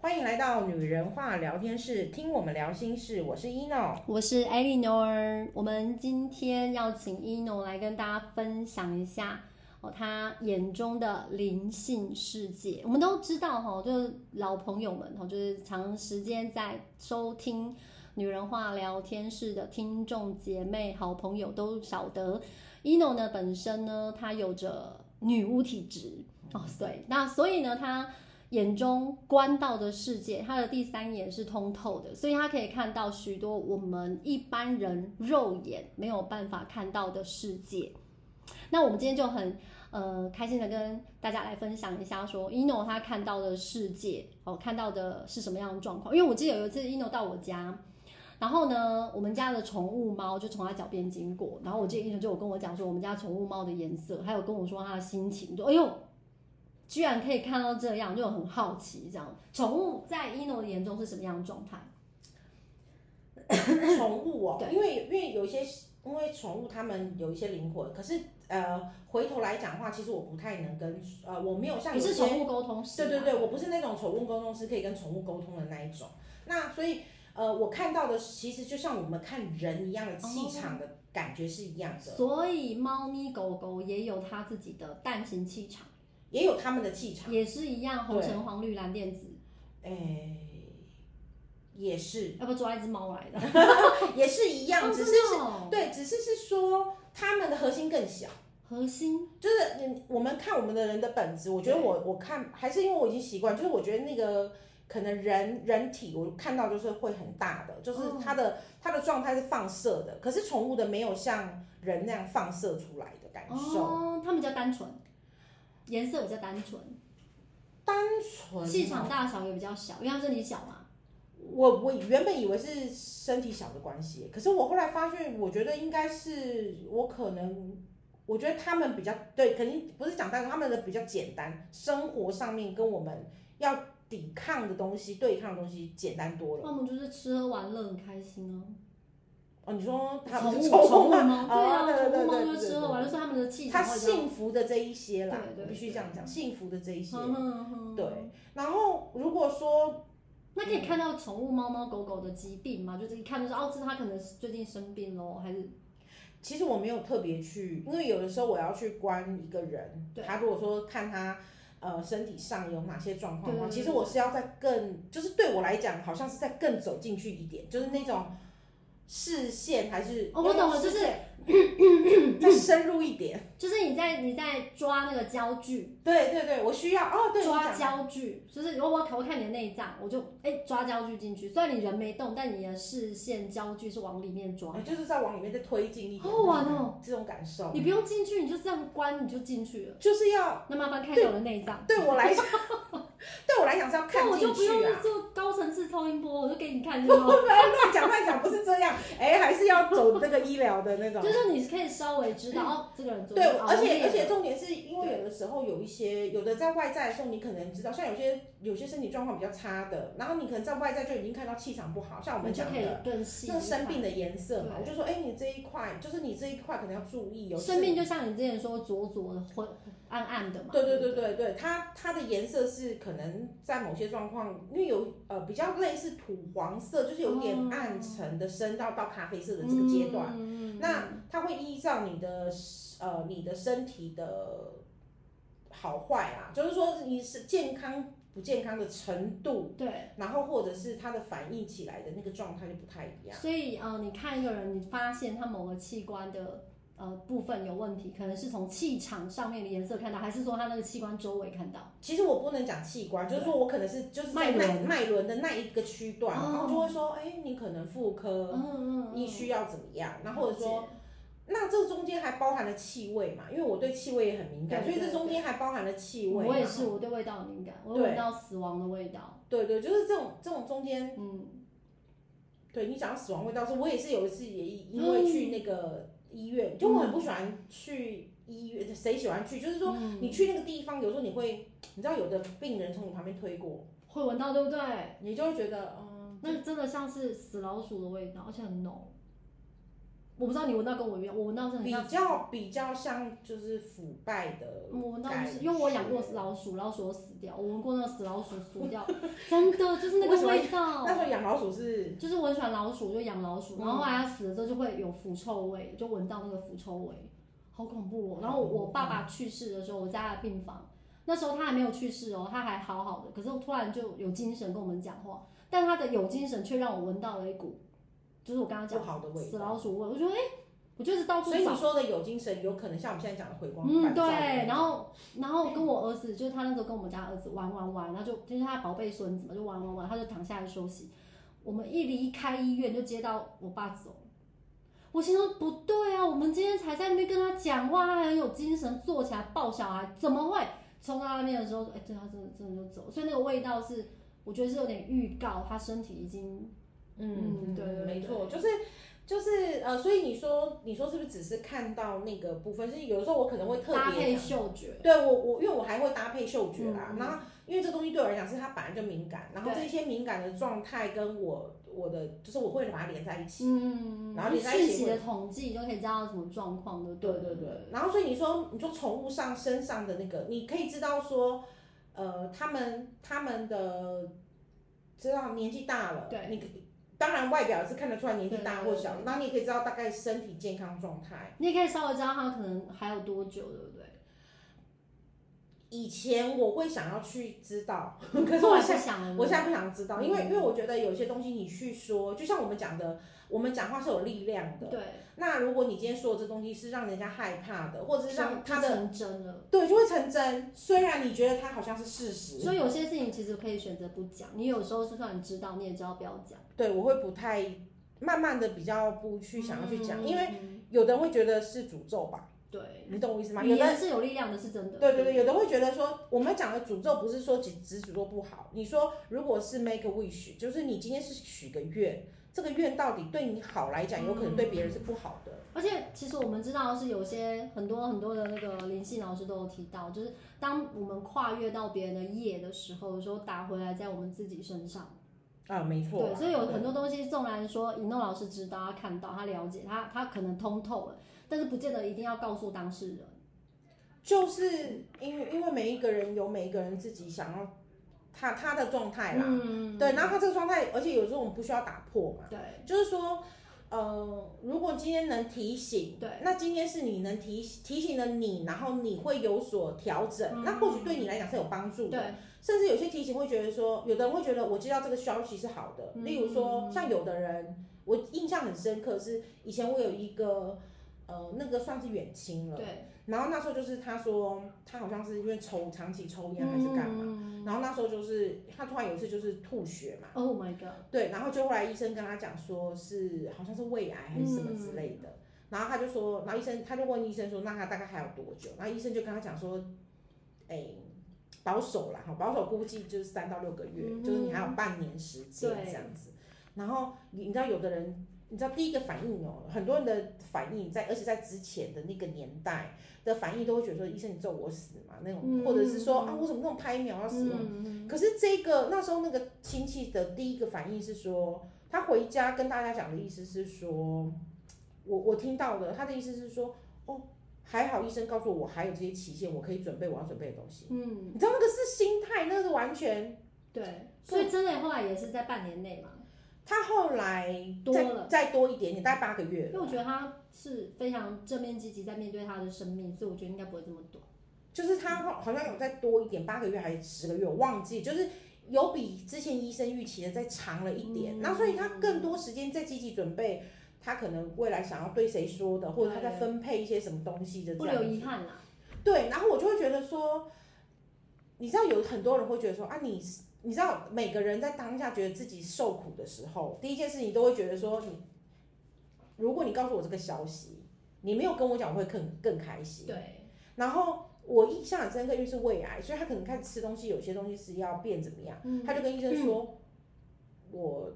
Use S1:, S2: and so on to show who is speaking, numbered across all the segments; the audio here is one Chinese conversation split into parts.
S1: 欢迎来到女人话聊天室，听我们聊心事。我是 ino，
S2: 我是 Eleanor，我们今天要请 Eno 来跟大家分享一下哦，他眼中的灵性世界。我们都知道哈、哦，就是老朋友们哈、哦，就是长时间在收听女人话聊天室的听众姐妹、好朋友都晓得，Eno 呢本身呢，她有着女巫体质哦，对，那所以呢，她。眼中观到的世界，他的第三眼是通透的，所以他可以看到许多我们一般人肉眼没有办法看到的世界。那我们今天就很呃开心的跟大家来分享一下说，说 ino 他看到的世界哦，看到的是什么样的状况？因为我记得有一次 ino 到我家，然后呢，我们家的宠物猫就从他脚边经过，然后我记得 ino 就有跟我讲说，我们家宠物猫的颜色，还有跟我说它的心情，就哎呦。居然可以看到这样，就很好奇。这样，宠物在 ino 的眼中是什么样的状态？
S1: 宠物哦，因为因为有一些，因为宠物它们有一些灵魂，可是呃，回头来讲的话，其实我不太能跟呃，我没有像
S2: 你
S1: 有
S2: 是
S1: 些
S2: 宠物沟通师、
S1: 对对，对，我不是那种宠物沟通师，可以跟宠物沟通的那一种。那所以呃，我看到的其实就像我们看人一样的气场的感觉是一样的，
S2: 所以猫咪狗狗也有它自己的蛋形气场，
S1: 也有他们的气场，
S2: 也是一样红
S1: 对
S2: 橙黄绿蓝靛紫。
S1: 哎、也是
S2: 要不要抓一只猫来的？
S1: 也是一样，
S2: 哦
S1: 只是
S2: 真的哦
S1: 对，只是是说他们的核心更小。
S2: 核心
S1: 就是嗯，我们看我们的人的本质，我觉得我我看还是因为我已经习惯，就是我觉得那个可能人人体我看到就是会很大的，就是
S2: 哦
S1: 它的、它的状态是放射的，可是宠物的没有像人那样放射出来的感受，
S2: 哦，它们比较单纯，颜色比较单纯，
S1: 单纯
S2: 气场。大小也比较小，因为它们身体小嘛。
S1: 我我原本以为是身体小的关系，可是我后来发现，我觉得应该是我可能。我觉得他们比较对，肯定不是讲单纯，他们的比较简单，生活上面跟我们要抵抗的东西、对抗的东西简单多了。
S2: 它们就是吃喝玩乐很开心哦。
S1: 哦，你说他
S2: 宠
S1: 们
S2: 物
S1: 是
S2: 宠物
S1: 吗？
S2: 猫，对
S1: 哦
S2: 啊，
S1: 对对
S2: 宠物猫
S1: 对
S2: 就是
S1: 对
S2: 吃喝
S1: 对
S2: 玩乐，所以它们的气
S1: 他
S2: 场会比较
S1: 幸福的这一些啦，
S2: 对对
S1: 必须这样讲，幸福的这一些。
S2: 嗯哼哼
S1: 对，嗯然后如果说
S2: 那可以看到宠物猫猫狗狗的疾病吗？就是一看就是哦，这它可能是最近生病咯，还是
S1: 其实我没有特别去，因为有的时候我要去观一个人，
S2: 对
S1: 他如果说看他呃身体上有哪些状况的话，
S2: 对对对
S1: 其实我是要在更，就是对我来讲，好像是在更走进去一点，就是那种视线还是
S2: 哦我懂了
S1: 要
S2: 就是
S1: 视线 再深入一点。
S2: 就是你在你在抓那个焦距，
S1: 对对对，我需要哦，对，你
S2: 抓
S1: 讲
S2: 焦距，就是我我看我看你的内脏，我就哎、抓焦距进去，虽然你人没动，但你的视线焦距是往里面抓
S1: 我，就是在往里面再推进一点，
S2: 好好玩哦，
S1: 这种感受，
S2: 你不用进去，你就这样关你就进去了。
S1: 就是要
S2: 那麻烦看一下我的内脏，
S1: 对我来讲， 对我来讲是要
S2: 那
S1: 看
S2: 我就
S1: 进
S2: 不用
S1: 去啊。
S2: 做高层次超音波，我就给你看就 好了。
S1: 乱讲乱讲不是这样，哎、还是要走那个医疗的 那种
S2: 就。是你可以稍微知道哦，这个人昨
S1: 嗯对，
S2: 天熬
S1: 而且
S2: 夜
S1: 而且重点是因为有的时候有一些有的在外在的时候，你可能知道，像有些有些身体状况比较差的，然后你可能在外在就已经看到气场不好，像我
S2: 你
S1: 们
S2: 就
S1: 讲
S2: 可以
S1: 的
S2: 更细
S1: 那个生病的颜色嘛，
S2: 对
S1: 我就说，哎、你这一块就是你这一块可能要注意，有
S2: 生病就像你之前说灼灼的、灰暗暗的嘛。
S1: 对对对对对，它它的颜色是可能在某些状况，因为有呃比较类似土黄色，就是有点
S2: 哦
S1: 暗沉的深到到咖啡色的这个阶段，
S2: 嗯
S1: 那它会依照你的呃你的身体的好坏啦，就是说你是健康不健康的程度，
S2: 对，
S1: 然后或者是它的反应起来的那个状态就不太一样。
S2: 所以呃，你看一个人，你发现他某个器官的呃部分有问题，可能是从气场上面的颜色看到，还是说他那个器官周围看到？
S1: 其实我不能讲器官，就是说我可能是就是在
S2: 脉
S1: 脉
S2: 轮
S1: 脉轮的那一个区段，
S2: 哦
S1: 然后就会说，哎、你可能妇科。
S2: 嗯嗯，嗯
S1: 你需要怎么样？那或者说，
S2: 了解
S1: 那这中间还包含了气味嘛？因为我对气味也很敏感，
S2: 对
S1: 所以
S2: 对
S1: 这中间还包含了气味。
S2: 我也
S1: 然
S2: 是，
S1: 后。
S2: 我对味道很敏感，我
S1: 对
S2: 闻到死亡的味道。
S1: 对对，就是这种这种中间，
S2: 嗯，
S1: 对你讲到死亡味道是，我也是有一次也因
S2: 嗯
S1: 因为去那个医院，就我很不喜欢去医院，谁喜欢去？就是说
S2: 嗯
S1: 你去那个地方，有时候你会，你知道有的病人从你旁边推过，
S2: 会闻到对不对？
S1: 你就会觉得，嗯，
S2: 那真的像是死老鼠的味道，而且很浓。我不知道你闻到跟我一样，我闻到是很
S1: 比
S2: 像
S1: 较比较像就是腐败的
S2: 嗯我闻到
S1: 感
S2: 就
S1: 觉，
S2: 是，因为我养过老鼠，老鼠有死掉，我闻过那个死老鼠死掉，真的就是那 个味道
S1: 那。时候养老鼠是
S2: 就是我很喜欢老鼠，就养老
S1: 嗯
S2: 鼠，然后后来它死了之后就会有腐臭味，就闻到那个腐臭味，好恐怖哦。然后我爸爸去世的时候，我在他的病房，那时候他还没有去世哦，他还好好的，可是我突然就有精神跟我们讲话，但他的有精神却让我闻到了一股，就是我刚刚
S1: 不
S2: 讲
S1: 好的味
S2: 死
S1: 道，
S2: 老鼠味，我觉得哎、我就是到处
S1: 所以
S2: 找
S1: 你说的有精神，有可能像我们现在讲的回光
S2: 嗯，
S1: 返照
S2: 对
S1: 的那种。，
S2: 然后然后跟我儿子，就是他那时候跟我们家儿子玩玩玩，然后就就是他的宝贝孙子嘛，就玩玩玩，他就躺下来休息。我们一离开医院就接到我爸走了，我心说不对啊，我们今天才在那边跟他讲话，他很有精神，坐起来抱小孩，怎么会冲到那边的时候，哎，对他真的真的就走了，所以那个味道是，我觉得是有点预告他身体已经嗯
S1: 嗯，
S2: 对对
S1: 没
S2: 对
S1: 错，就是就是呃，所以你说你说是不是只是看到那个部分？是有的时候我可能会特
S2: 搭
S1: 别
S2: 配嗅觉，
S1: 对我我因为我还会搭配嗅觉啦，
S2: 嗯
S1: 然后因为这东西对我来讲是它本来就敏感，然后
S2: 对
S1: 这些敏感的状态跟我我的就是我会把它连在一起。
S2: 嗯，
S1: 然后你在一
S2: 讯
S1: 起
S2: 息
S1: 会
S2: 的统计就可以知道什么状况，对不
S1: 对对对，然后所以你说你说宠物上身上的那个，你可以知道说，呃，他们他们的知道年纪大了，
S2: 对
S1: 你可当然外表是看得出来年纪
S2: 对
S1: 大
S2: 对
S1: 或
S2: 对
S1: 小，那你也可以知道大概身体健康状态。
S2: 你也可以稍微知道他可能还有多久，对不对？
S1: 以前我会想要去知 道，可是
S2: 后
S1: 我
S2: 来不
S1: 现在
S2: 想了，
S1: 我现在不想知道，因为
S2: 嗯
S1: 因为我觉得有些东西你去说，就像我们讲的，我们讲话是有力量的。
S2: 对，
S1: 那如果你今天说的这东西是让人家害怕的，或者是让他
S2: 就
S1: 的
S2: 成真了。
S1: 对就会成真，虽然你觉得它好像是事实，
S2: 所以有些事情其实可以选择不讲，你有时候就算你知道，你也知道不要讲，
S1: 对我会不太慢慢的比较不去想要去讲，
S2: 嗯
S1: 因为有的人会觉得是诅咒吧，
S2: 对，
S1: 你懂我意思吗？
S2: 语
S1: 有的
S2: 言是有力量的，是真的。
S1: 对对对，有的会觉得说，我们讲的诅咒不是说只只诅咒不好，你说如果是 make a wish，就是你今天是许个愿，这个愿到底对你好来讲，有可能对别人是不好的。
S2: 而且其实我们知道是有些很多很多的那个灵性老师都有提到，就是当我们跨越到别人的业的时候，有时候打回来在我们自己身上。
S1: 啊，没错啊。
S2: 对，所以有很多东西，纵然说尹诺老师知道、他看到、他了解、他他可能通透了，但是不见得一定要告诉当事人。
S1: 就是因为因为每一个人有每一个人自己想要他他的状态啦，
S2: 嗯，
S1: 对，然后他这个状态，而且有时候我们不需要打破嘛，
S2: 对
S1: 就是说，呃，如果今天能提醒。
S2: 对，
S1: 那今天是你能提提醒了你，然后你会有所调整，
S2: 嗯
S1: 那或许对你来讲是有帮助的。
S2: 对，
S1: 甚至有些提醒会觉得说，有的人会觉得我接到这个消息是好的，
S2: 嗯
S1: 例如说像有的人，我印象很深刻是以前我有一个。呃，那个算是远亲了，
S2: 对，
S1: 然后那时候就是他说他好像是因为抽长期抽烟还是干嘛，
S2: 嘛
S1: 然后那时候就是他突然有一次就是吐血嘛，
S2: ？Oh my god！
S1: 对，然后就后来医生跟他讲说是好像是胃癌还是什么
S2: 嗯
S1: 之类的，然后他就说，然后医生他就问医生说，那他大概还有多久？然后医生就跟他讲说，哎、保守啦，哈，保守估计就是三到六个月，
S2: 嗯哼
S1: 就是你还有半年时间
S2: 对
S1: 这样子。然后你你知道有的人，你知道第一个反应哦、很多人的反应在，而且在之前的那个年代的反应都会觉得说，医生你咒我死嘛那种，
S2: 嗯
S1: 或者是说啊我怎么那么拍秒要死我
S2: 嗯，
S1: 可是这个那时候那个亲戚的第一个反应是说，他回家跟大家讲的意思是说，我我听到的，他的意思是说，哦，还好医生告诉我还有这些期限，我可以准备我要准备的东西。
S2: 嗯，
S1: 你知道那个是心态，那个完全。
S2: 对，所以真的后来也是在半年内嘛，
S1: 他后来
S2: 多
S1: 再
S2: 了
S1: 再多一点点，大概八个月
S2: 因为我
S1: 了，
S2: 觉得他是非常正面积极在面对他的生命，所以我觉得应该不会这么短。
S1: 就是他好好像有再多一点，八个月还是十个月，我忘记，就是有比之前医生预期的再长了一点，
S2: 嗯
S1: 那所以他更多时间在积极准备，他可能未来想要对谁说的，或者他在分配一些什么东西的
S2: 不
S1: 这
S2: 留
S1: 样，
S2: 遗憾啦，
S1: 对，然后我就会觉得说，你知道有很多人会觉得说啊你。你知道每个人在当下觉得自己受苦的时候，第一件事情都会觉得说你，如果你告诉我这个消息，你没有跟我讲，我会更更开心。
S2: 对，
S1: 然后我印象很深刻，因为是胃癌，所以他可能开始吃东西，有些东西是要变怎么样，
S2: 嗯，
S1: 他就跟医生说，我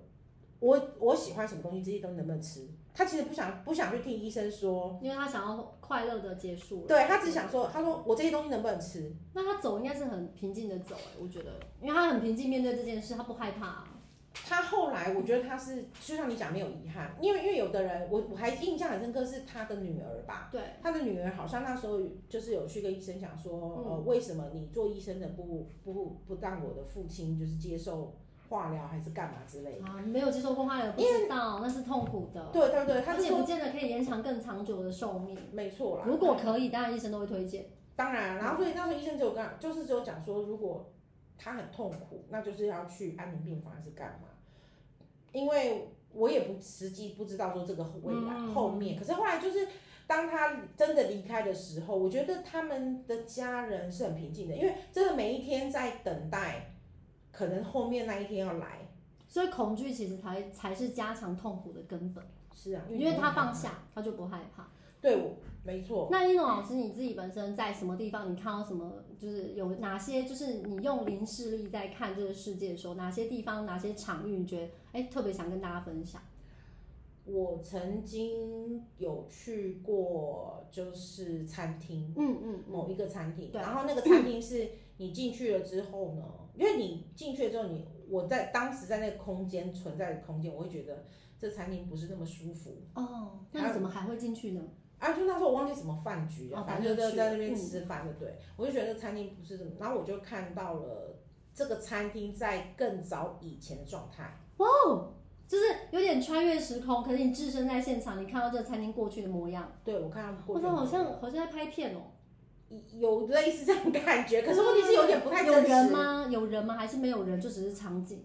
S1: 我我喜欢什么东西，这些东西能不能吃？他其实不想不想去听医生说，
S2: 因为他想要快乐的结束了，
S1: 哦对他只想说，他说我这些东西能不能吃？
S2: 欸那他走应该是很平静的走、哎，我觉得，因为他很平静面对这件事，他不害怕啊、
S1: 他后来我觉得他是就像你讲没有遗憾，因为因为有的人我我还印象很深刻是他的女儿吧，
S2: 对，嗯
S1: 他的女儿好像那时候就是有去跟医生讲说，呃，为什么你做医生的不不不让我的父亲就是接受化疗还是干嘛之类的？
S2: 啊，没有接受过化疗不知道，那是痛苦的，
S1: 对对对，他
S2: 哦而
S1: 是
S2: 且不
S1: 说
S2: 见得可以延长更长久的寿命。
S1: 没错啦。
S2: 如果可以，当然医生都会推荐。
S1: 当然，然后所以那时候医生只有跟他就是只有讲说，如果他很痛苦，那就是要去安宁病房还是干嘛？因为我也不实际不知道说这个未来、
S2: 嗯
S1: 后面，可是后来就是当他真的离开的时候，我觉得他们的家人是很平静的，因为真的每一天在等待，可能后面那一天要来。
S2: 所以恐惧其实才才是加强痛苦的根本，
S1: 是啊，
S2: 因为他放下，他就不害怕。
S1: 对我没错，
S2: 那一诺老师，你自己本身在什么地方？你看到什么？就是有哪些？就是你用零视力在看这个世界的时候，哪些地方、哪些场域，你觉得哎、特别想跟大家分享？
S1: 我曾经有去过就是餐厅。
S2: 嗯嗯嗯，
S1: 某一个餐厅，
S2: 对
S1: 然后那个餐厅是你进去了之后呢，因为你进去了之后你，我在当时在那个空间存在的空间，我会觉得这餐厅不是那么舒服
S2: 哦，那你怎么还会进去呢？
S1: 啊。就那时候我忘记什么饭局了，
S2: 哦
S1: 反
S2: 反
S1: 正
S2: 正
S1: 就在
S2: 去
S1: 在那边
S2: 嗯
S1: 吃饭，对不对？我就觉得这餐厅不是这么，然后我就看到了这个餐厅在更早以前的状态。
S2: 就是有点穿越时空，可是你置身在现场，你看到这个餐厅过去的模样，
S1: 对，我看到过
S2: 我
S1: 去的
S2: 操，
S1: 那个，
S2: 好像好像在拍片哦、
S1: 有类似这种感觉，可是问题是有点不太
S2: 有
S1: 真
S2: 人
S1: 实。
S2: 吗？有人吗？还是没有人？就只是场景？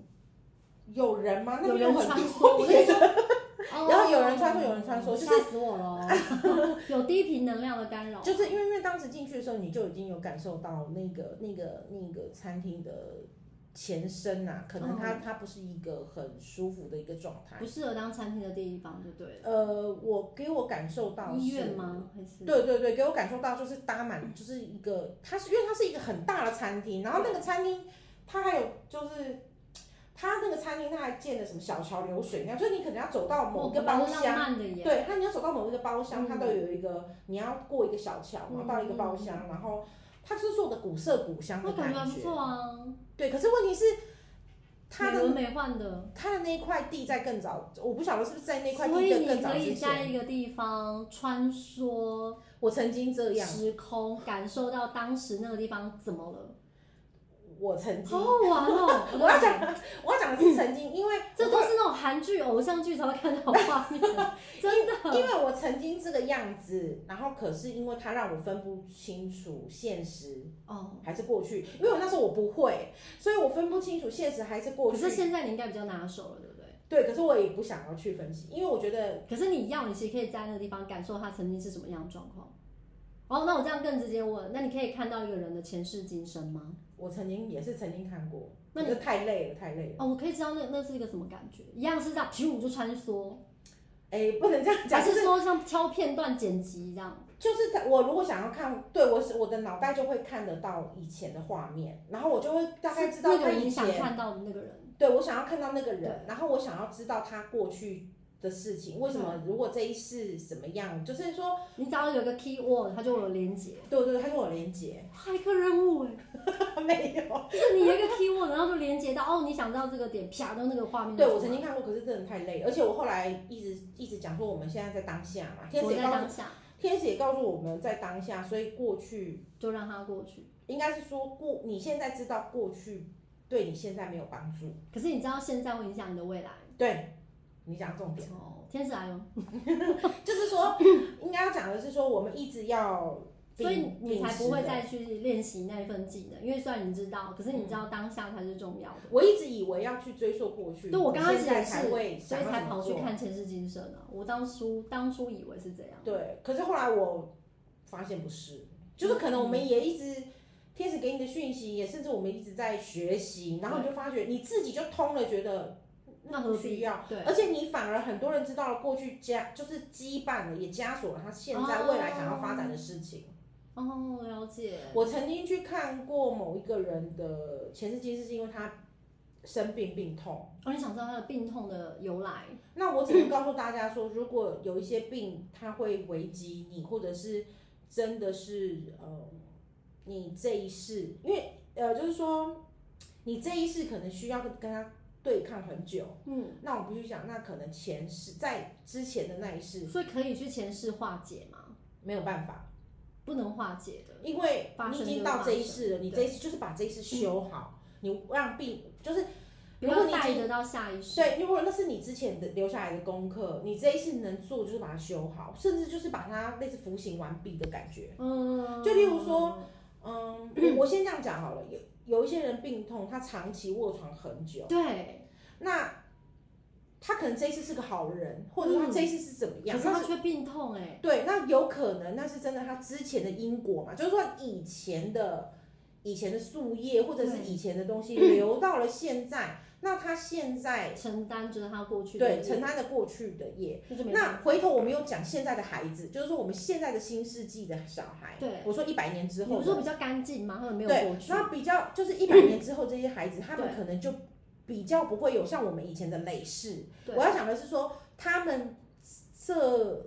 S1: 有人吗？那
S2: 有
S1: 边
S2: 人
S1: 很
S2: 穿
S1: 多
S2: 梭，我
S1: 人
S2: 在说，
S1: 哦然后有人穿梭有人穿梭就是
S2: 吓死我 了哦，有低频能量的干扰，
S1: 就是因为因为当时进去的时候，你就已经有感受到那个那个那个餐厅的前身呐、可能它、它不是一个很舒服的一个状态
S2: 不。适合当餐厅的地方，就对了。
S1: 呃，我给我感受到
S2: 医
S1: 是
S2: 院？吗？还是？
S1: 对对对，给我感受到就是搭
S2: 嗯
S1: 满，就是一个它是因为它是一个很大的餐厅，然后那个餐厅它还有就是。它那个餐厅，它还建了什么小桥流水那样，就是你可能要走到某一个包
S2: 蛮哦浪
S1: 厢，
S2: 漫的耶，
S1: 对，它你要走到某一个包厢，
S2: 嗯
S1: 它都有一个你要过一个小桥，然后到一个包厢，然后它是做的古色古香
S2: 那
S1: 的
S2: 感觉还
S1: 感
S2: 嗯不
S1: 觉。
S2: 错啊，
S1: 对，可是问题是，它
S2: 美
S1: 的
S2: 轮美奂的。
S1: 它的那一块地在更早，我不晓得是不是在那块
S2: 所
S1: 地
S2: 以
S1: 在
S2: 你
S1: 更早
S2: 可以
S1: 之
S2: 在
S1: 前。
S2: 一个地方穿梭
S1: 我曾经这样，
S2: 时空，感受到当时那个地方怎么了，
S1: 我曾经
S2: 好，好玩哦！
S1: 我要讲， 我要讲的是曾经，因为
S2: 这
S1: 我
S2: 都是那种韩剧、偶像剧才会看到的画 面， 真的。
S1: 因为我曾经这个样子，然后可是因为它让我分不清楚现实
S2: 哦，
S1: 还是过去，因为我那时候我不会，所以我分不清楚现实还是过
S2: 可
S1: 去。
S2: 是现在你应该比较拿手了，对不对？
S1: 对，可是我也不想要去分析，因为我觉得
S2: 可是你要，你其实可以在那个地方感受他曾经是什么样的状况。哦，那我这样更直接问，那你可以看到一个人的前世今生吗？
S1: 我曾经也是曾经看过，
S2: 嗯那
S1: 那
S2: 你
S1: 就太累了，太累了。
S2: 哦，我可以知道那那是一个什么感觉，一样是这样，咻就穿梭，
S1: 哎、不 能这样
S2: 还
S1: 讲，就是是
S2: 说像挑片段剪辑这样？
S1: 就是在我如果想要看，对我是我的脑袋就会看得到以前的画面，然后我就会大概知道
S2: 那
S1: 他
S2: 个人
S1: 以
S2: 你想
S1: 前，
S2: 看到的那个人，
S1: 对我想要看到那个人，然后我想要知道他过去的事情，为什
S2: 嗯
S1: 么如果这一世怎么样，就是说，
S2: 你只要有个 key word，它就有 连接。
S1: 对对对，他跟我连接，
S2: 骇客任务 哎，
S1: 没有，
S2: 就是你有一个 key word，然后就连接到哦，你想到这个点，啪，然后那个画面就
S1: 对
S2: 出来。
S1: 我曾经看过，可是真的太累了，而且我后来一直一直讲说我们现在在当下嘛，天
S2: 活
S1: 使也
S2: 在
S1: 告诉
S2: 当下，
S1: 天使也告诉我们在当下，所以过去
S2: 就让它过去。
S1: 应该是说过，你现在知道过去对你现在没有帮助。
S2: 可是你知道现在会影响你的未来。
S1: 对，你讲重点，
S2: 哦，天使来了，
S1: 就是说应该要讲的是说，我们一直要秉，
S2: 所以你才不
S1: 秉持
S2: 会
S1: 的。
S2: 再去练习那份技能，因为虽然你知道，可是你知道当下才是重要的，
S1: 我一直以为要去追溯过去，
S2: 对我刚开始
S1: 现在
S2: 也是
S1: 才会
S2: 所
S1: 想
S2: 以
S1: 要怎
S2: 才
S1: 么
S2: 跑去
S1: 做。
S2: 看前世今生啊。我当初当初以为是这样，
S1: 对，可是后来我发现不是，就是可能我们也一直。天使给你的讯息，也甚至我们一直在学习，然后你就发觉你自己就通了，觉得
S2: 那
S1: 不
S2: 何
S1: 需
S2: 必？
S1: 要，
S2: 对，
S1: 而且你反而很多人知道了过去加就是羁绊了，也枷锁了他现在
S2: 哦
S1: 未来想要发展的事情。
S2: 哦，了解，
S1: 我曾经去看过某一个人的前世今世，是因为他生病病痛。
S2: 哦，你想知道他的病痛的由来，
S1: 那我只能告诉大家说，如果有一些病，它会危及你，或者是真的是呃，你这一世，因为呃，就是说你这一世可能需要跟他对抗很久。
S2: 嗯，
S1: 那我必须讲，那可能前世在之前的那一世
S2: 所以可以去前世化解吗？
S1: 没有办法，
S2: 不能化解的，
S1: 因为
S2: 发
S1: 你
S2: 生
S1: 已经
S2: 就
S1: 到
S2: 发
S1: 这一
S2: 生
S1: 世了，你这
S2: 对
S1: 一世就是把这一世修好，你让病就是
S2: 不
S1: 如果
S2: 要
S1: 你已
S2: 带
S1: 经
S2: 着到下一世。
S1: 对，如果那是你之前的留下来的功课，你这一次能做就是把它修好，甚至就是把它类似服刑完毕的感觉。
S2: 嗯，
S1: 就例如说，嗯，我我先这样讲好了，有有一些人病痛，他长期卧床很久，
S2: 对，
S1: 那他可能这一次是个好人，或者他这一次是怎么
S2: 嗯可
S1: 样？
S2: 是
S1: 他
S2: 他却病痛哎、
S1: 对，那有可能那是真的他之前的因果嘛，就是说以前的以前的树叶或者是
S2: 对
S1: 以前的东 西流到了现在，那他现在
S2: 承担着他过去的
S1: 对
S2: 业
S1: 承担了过去的业。
S2: 这就没办
S1: 那回头我们又讲现在的孩子，就是说我们现在的新世纪的小孩，
S2: 对
S1: 我说一百年之
S2: 法你
S1: 后
S2: 不是说
S1: 的，
S2: 比较干净吗？他们没有
S1: 对
S2: 过，去，
S1: 那比较就是一百年之后这些孩子，他们
S2: 对
S1: 可能就比较不会有像我们以前的累世。
S2: 对
S1: 我要讲的是说，他们这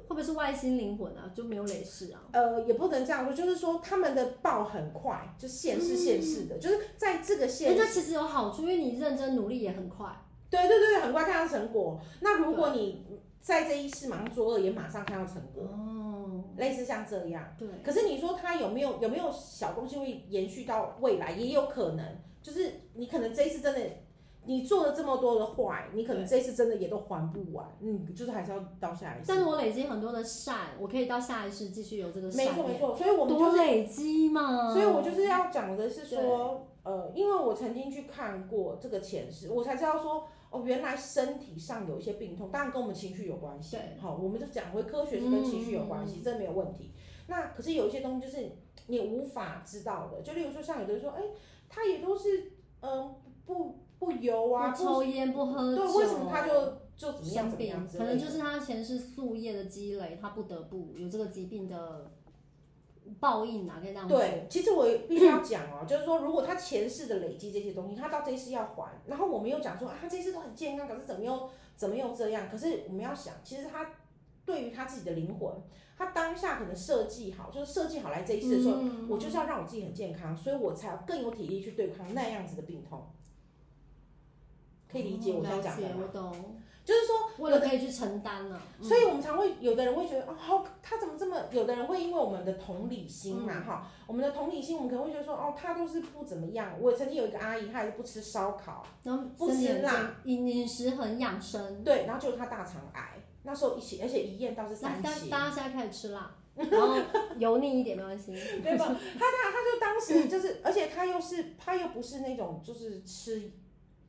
S2: 会不会是外星灵魂啊？就没有累世啊？
S1: 呃也不能这样说，就是说他们的报很快，就现世现世的，就是在这个
S2: 哎、
S1: 现
S2: 嗯那其实有好处，因为你认真努力也很快。
S1: 对对对，很快看到成果。那如果你在这一世马上做恶，也马上看到成果，
S2: 哦，
S1: 类似像这样。
S2: 对，
S1: 可是你说它有没有有没有小东西会延续到未来？也有可能，就是你可能这一次真的，你做了这么多的坏，你可能这一次真的也都还不完，嗯，就是还是要到下一次
S2: 但。是我累积很多的善，我可以到下一世继续有这个善
S1: 没
S2: 念。
S1: 错没错，所以我们
S2: 多
S1: 就是，
S2: 累积嘛。
S1: 所以我就是要讲的是说，呃，因为我曾经去看过这个前世，我才知道说，哦，原来身体上有一些病痛，当然跟我们情绪有关系。
S2: 对嗯
S1: 好，我们就讲回科学是跟情绪有关系，这没有问题。那可是有一些东西就是你无法知道的，就例如说像有的人说，哎、他也都是嗯不不油啊，
S2: 不抽烟不喝酒，啊
S1: 对，为什么他就就怎么样
S2: 生
S1: 怎么样
S2: 病？
S1: 之
S2: 可
S1: 类
S2: 能
S1: 的？
S2: 就是他前世宿业的积累，他不得不有这个疾病的报应啊，可以这样说。
S1: 对，其实我也必须要讲哦、就是说，如果他前世的累积这些东西，他到这一世要还，然后我们又讲说啊，他这一世都很健康，可是怎么又怎么又这样？可是我们要想，其实他对于他自己的灵魂，他当下可能设计好，就是设计好来这一世的时候，
S2: 嗯
S1: 我就是要让我自己很健康，所以我才更有体力去对抗那样子的病痛。可以理解我
S2: 哦
S1: 现在讲
S2: 了
S1: 的
S2: 解我
S1: 吗？
S2: 懂，
S1: 就是说，
S2: 为了可以去承担了、嗯
S1: 所以我们常会有的人会觉得哦，好，他怎么这么？有的人会因为我们的同理心
S2: 嗯
S1: 嘛，哈、我们的同理心，我们可能会觉得说，哦，他都是不怎么样。我曾经有一个阿姨，她也是不吃烧烤，
S2: 然后
S1: 不
S2: 身体
S1: 吃
S2: 很
S1: 辣
S2: 健，饮饮食很养生。
S1: 对，然后就她大肠癌，那时候一起，而且一验到是
S2: 那
S1: 三
S2: 大
S1: 期，
S2: 大家现在开始吃辣，然后油腻一点没关系。
S1: 对吧？她她她就当
S2: 嗯
S1: 时就是，而且她又是她又不是那种就是吃，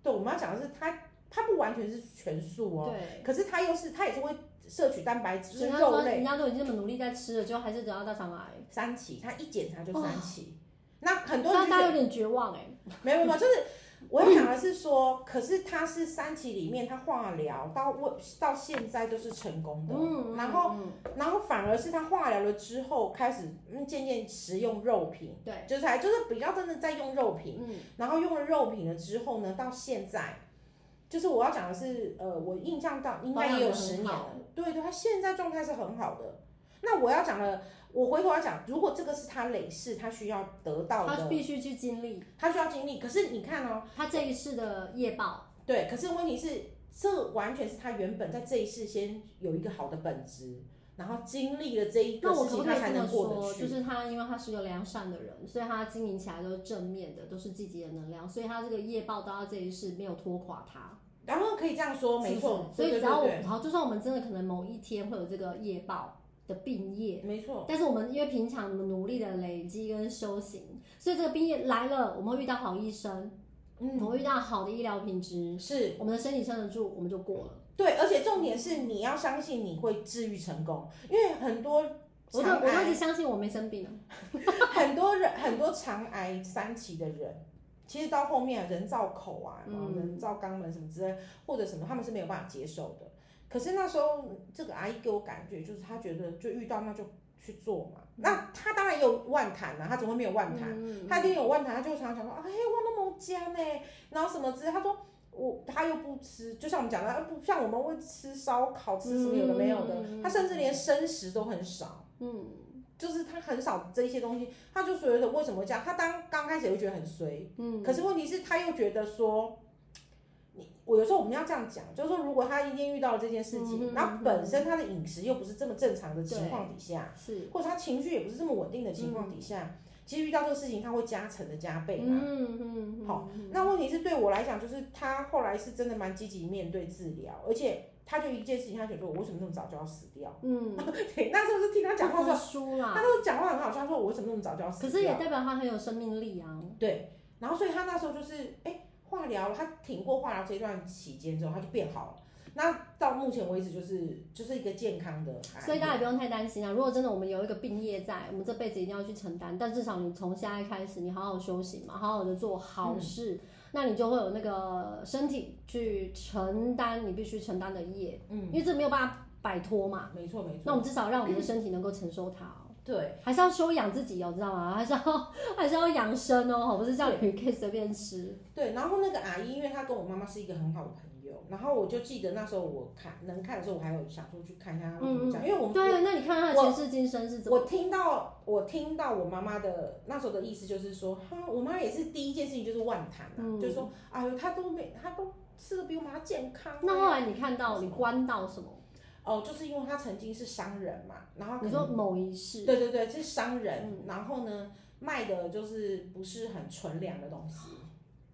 S1: 对，我们要讲的是她她不完全是全素哦，
S2: 对，
S1: 可是她又是她也是会摄取蛋白质，就是
S2: 人家
S1: 肉
S2: 说
S1: 类
S2: 人家都已经这么努力在吃了，结果还是得到大肠癌，
S1: 三期，她一检查就三
S2: 哦
S1: 期。那很多
S2: 这
S1: 人
S2: 样
S1: 就
S2: 大
S1: 觉
S2: 家
S1: 得
S2: 有点绝望哎、
S1: 没有没有，就是我要讲的是说，可是他是三期里面他化疗到我到现在都是成功的，
S2: 嗯，
S1: 然后
S2: 嗯
S1: 然后反而是他化疗了之后开始嗯渐渐食用肉品，
S2: 对，
S1: 就是还就是比较真的在用肉品，
S2: 嗯，
S1: 然后用了肉品了之后呢，到现在。就是我要讲的是，呃，我印象到应该也有十年
S2: 保养得
S1: 了，对对，他现在状态是很好的。那我要讲的，我回头要讲，如果这个是他累世，他需要得到
S2: 他
S1: 的，
S2: 必须去经历
S1: 他需要经历。可是你看哦，
S2: 他这一世的业报，
S1: 对，可是问题是，这完全是他原本在这一世先有一个好的本质，然后经历了这一个
S2: 那我
S1: 事
S2: 可不
S1: 情，他
S2: 可以
S1: 才
S2: 这
S1: 能
S2: 么
S1: 过得
S2: 说？
S1: 去。
S2: 就是他，因为他是个良善的人，所以他经营起来都是正面的，都是积极的能量，所以他这个业报到他这一世没有拖垮他，
S1: 然后可以这样说，
S2: 是
S1: 没
S2: 不是
S1: 错，
S2: 所以
S1: 对
S2: 只要我，
S1: 对对
S2: 然后就算我们真的可能某一天会有这个业报的病业，
S1: 对没错，
S2: 但是我们因为平常努力的累积跟修行，所以这个病业来了，我们会遇到好医生，我
S1: 嗯，
S2: 们会遇到好的医疗品质，
S1: 是
S2: 我们的身体撑得住，我们就过了。
S1: 对，而且重点是你要相信你会治愈成功，因为很多
S2: 我
S1: 肠
S2: 就我就一直
S1: 癌，
S2: 相信我没生病啊。
S1: 很多人很多肠癌三期的人。其实到后面人造口啊，然后
S2: 嗯
S1: 人造肛门什么之类，或者什么，他们是没有办法接受的。可是那时候这个阿姨给我感觉就是，她觉得就遇到那就去做嘛。那她当然也有万谈啊，她怎么会没有万谈？
S2: 嗯
S1: 她一定有万谈，她就常常说，哎，我都没加呢，然后什么之类。她说我她又不吃，就像我们讲的，呃不像我们会吃烧烤，吃什么有的没有的，她甚至连生食都很少。
S2: 嗯
S1: 就是他很少这一些东西，他就觉得为什么这样？他当刚开始会觉得很衰，
S2: 嗯，
S1: 可是问题是他又觉得说，你我我有时候我们要这样讲，就是说如果他一定遇到了这件事
S2: 嗯
S1: 情，
S2: 哼
S1: 然后本身他的饮食又不是这么正常的情况底下，
S2: 是，
S1: 或者他情绪也不是这么稳定的情况底下，其实遇到这个事情他会加成的加倍嘛。
S2: 嗯嗯，
S1: 好，那问题是对我来讲，就是他后来是真的蛮积极面对治疗，而且他就一件事情，他觉得我为什么那么早就要死掉？
S2: 嗯，
S1: 对，那时候就听他讲话的时候，
S2: 输啦
S1: 他，那时候讲话很好笑，他说我为什么那么早就要死
S2: 可
S1: 掉？
S2: 是也代表他很有生命力啊。
S1: 对，然后所以他那时候就是，哎、化疗，他挺过化疗这段期间之后，他就变好了。那到目前为止就是就是一个健康的癌，
S2: 所以大家也不用太担心啊。如果真的我们有一个病业在，我们这辈子一定要去承担。但至少你从现在开始，你好好休息嘛，好好的做好
S1: 嗯
S2: 事，那你就会有那个身体去承担你必须承担的业，
S1: 嗯，
S2: 因为这没有办法摆脱嘛。
S1: 没错没
S2: 那我
S1: 错，
S2: 们至少让我们的身体能够承受它、哦。
S1: 对，
S2: 还是要修养自己哦，知道吗？还是要还是要养生哦，不是叫你可以随便吃。
S1: 对，然后那个阿姨，因为她跟我妈妈是一个很好的朋友，然后我就记得那时候我看能看的时候，我还有想说去看一下她为什么这样，因为我们
S2: 嗯对，啊那你看他的前世今生是怎么？
S1: 我听到我听到我妈妈的那时候的意思就是说，哈，我妈也是第一件事情就是万谈啊，
S2: 嗯
S1: 就是说，哎呦，她都没，她都吃的比我妈健康啊、
S2: 那后来你看到你关到什么？
S1: 哦，就是因为她曾经是商人嘛，然后可
S2: 你
S1: 能
S2: 说嗯某一世，
S1: 对对对，是商人，然后呢卖的就是不是很纯良的东西，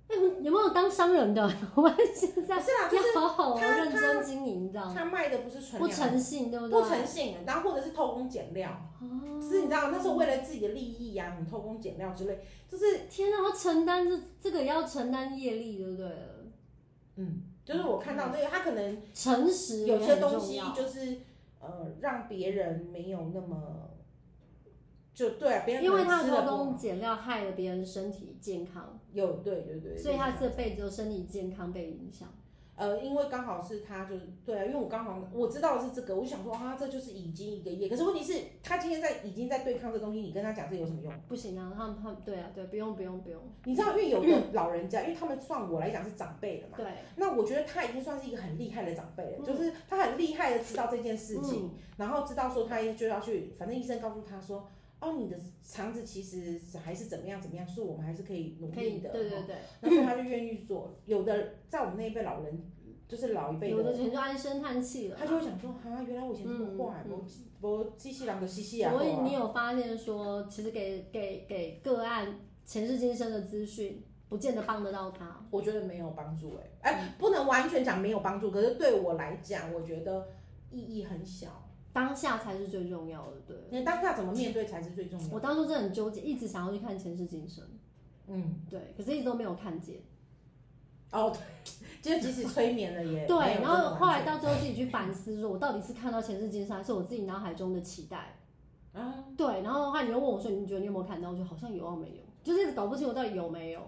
S2: 哎、有没有当商人的？ 我们现
S1: 不
S2: 在
S1: 是啦，就是
S2: 要好好地
S1: 他
S2: 认真经营的，
S1: 她卖的不是纯
S2: 不
S1: 良的
S2: 诚信，对不对？
S1: 不诚信的，然后或者是偷工减料，
S2: 哦
S1: 就是你知道那时候为了自己的利益呀、什么偷工减料之类，就是
S2: 天啊，要承担这这个也要承担业力，对不对？
S1: 嗯，就是我看到这个，他可能
S2: 诚实也
S1: 有些
S2: 很
S1: 东
S2: 重
S1: 西
S2: 要。
S1: 就是呃让别人没有那么，就对啊，别人
S2: 因为他
S1: 他
S2: 的偷工减料害了别人身体健康，
S1: 有对对对，
S2: 所以他
S1: 对
S2: 这辈子就身体健康被影响。
S1: 呃，因为刚好是他就是对啊，因为我刚好我知道的是这个，我就想说啊，这就是已经一个业，可是问题是，他今天在已经在对抗这东西，你跟他讲这有什么用？
S2: 不行啊，他们他们对啊，对，不用不用不用，
S1: 你知道，因为有 的老人家，因为他们算我来讲是长辈了嘛，
S2: 对，
S1: 那我觉得他已经算是一个很厉害的长辈了，
S2: 嗯
S1: 就是他很厉害的知道这件事情，然后知道说他就要去，反正医生告诉他说，哦，你的肠子其实还是怎么样怎么样，是我们还是可以努
S2: 可以，
S1: 力的，
S2: 对对对，
S1: 那所以他就愿意做。有的在我们那一辈老人，就是老一辈
S2: 有的
S1: 的，
S2: 人就唉声叹气了
S1: 他。就会想说，啊，原来我以前这么坏，
S2: 嗯
S1: 我我机器人的嘻嘻啊，
S2: 所以
S1: 我啊
S2: 你有发现说，其实给给给个案前世今生的资讯，不见得帮得到他。
S1: 我觉得没有帮助、哎，
S2: 嗯
S1: 哎，不能完全讲没有帮助，可是对我来讲，我觉得意义很小。
S2: 当下才是最重要的，对。
S1: 你当下怎么面对才是最重要的。
S2: 我当初真的很纠结，一直想要去看前世今生，
S1: 嗯，
S2: 对，可是一直都没有看见。
S1: 哦，对，就是即使催眠了也
S2: 对
S1: 没，有
S2: 然
S1: 这
S2: 后
S1: 么
S2: 后来
S1: 完
S2: 到最后自己去反思，说我到底是看到前世今生，还是我自己脑海中的期待？
S1: 全啊，
S2: 对，然后后来你又问我说，你觉得你有没有看到？我就好像有啊，没有，就是一直搞不清我到底有没有。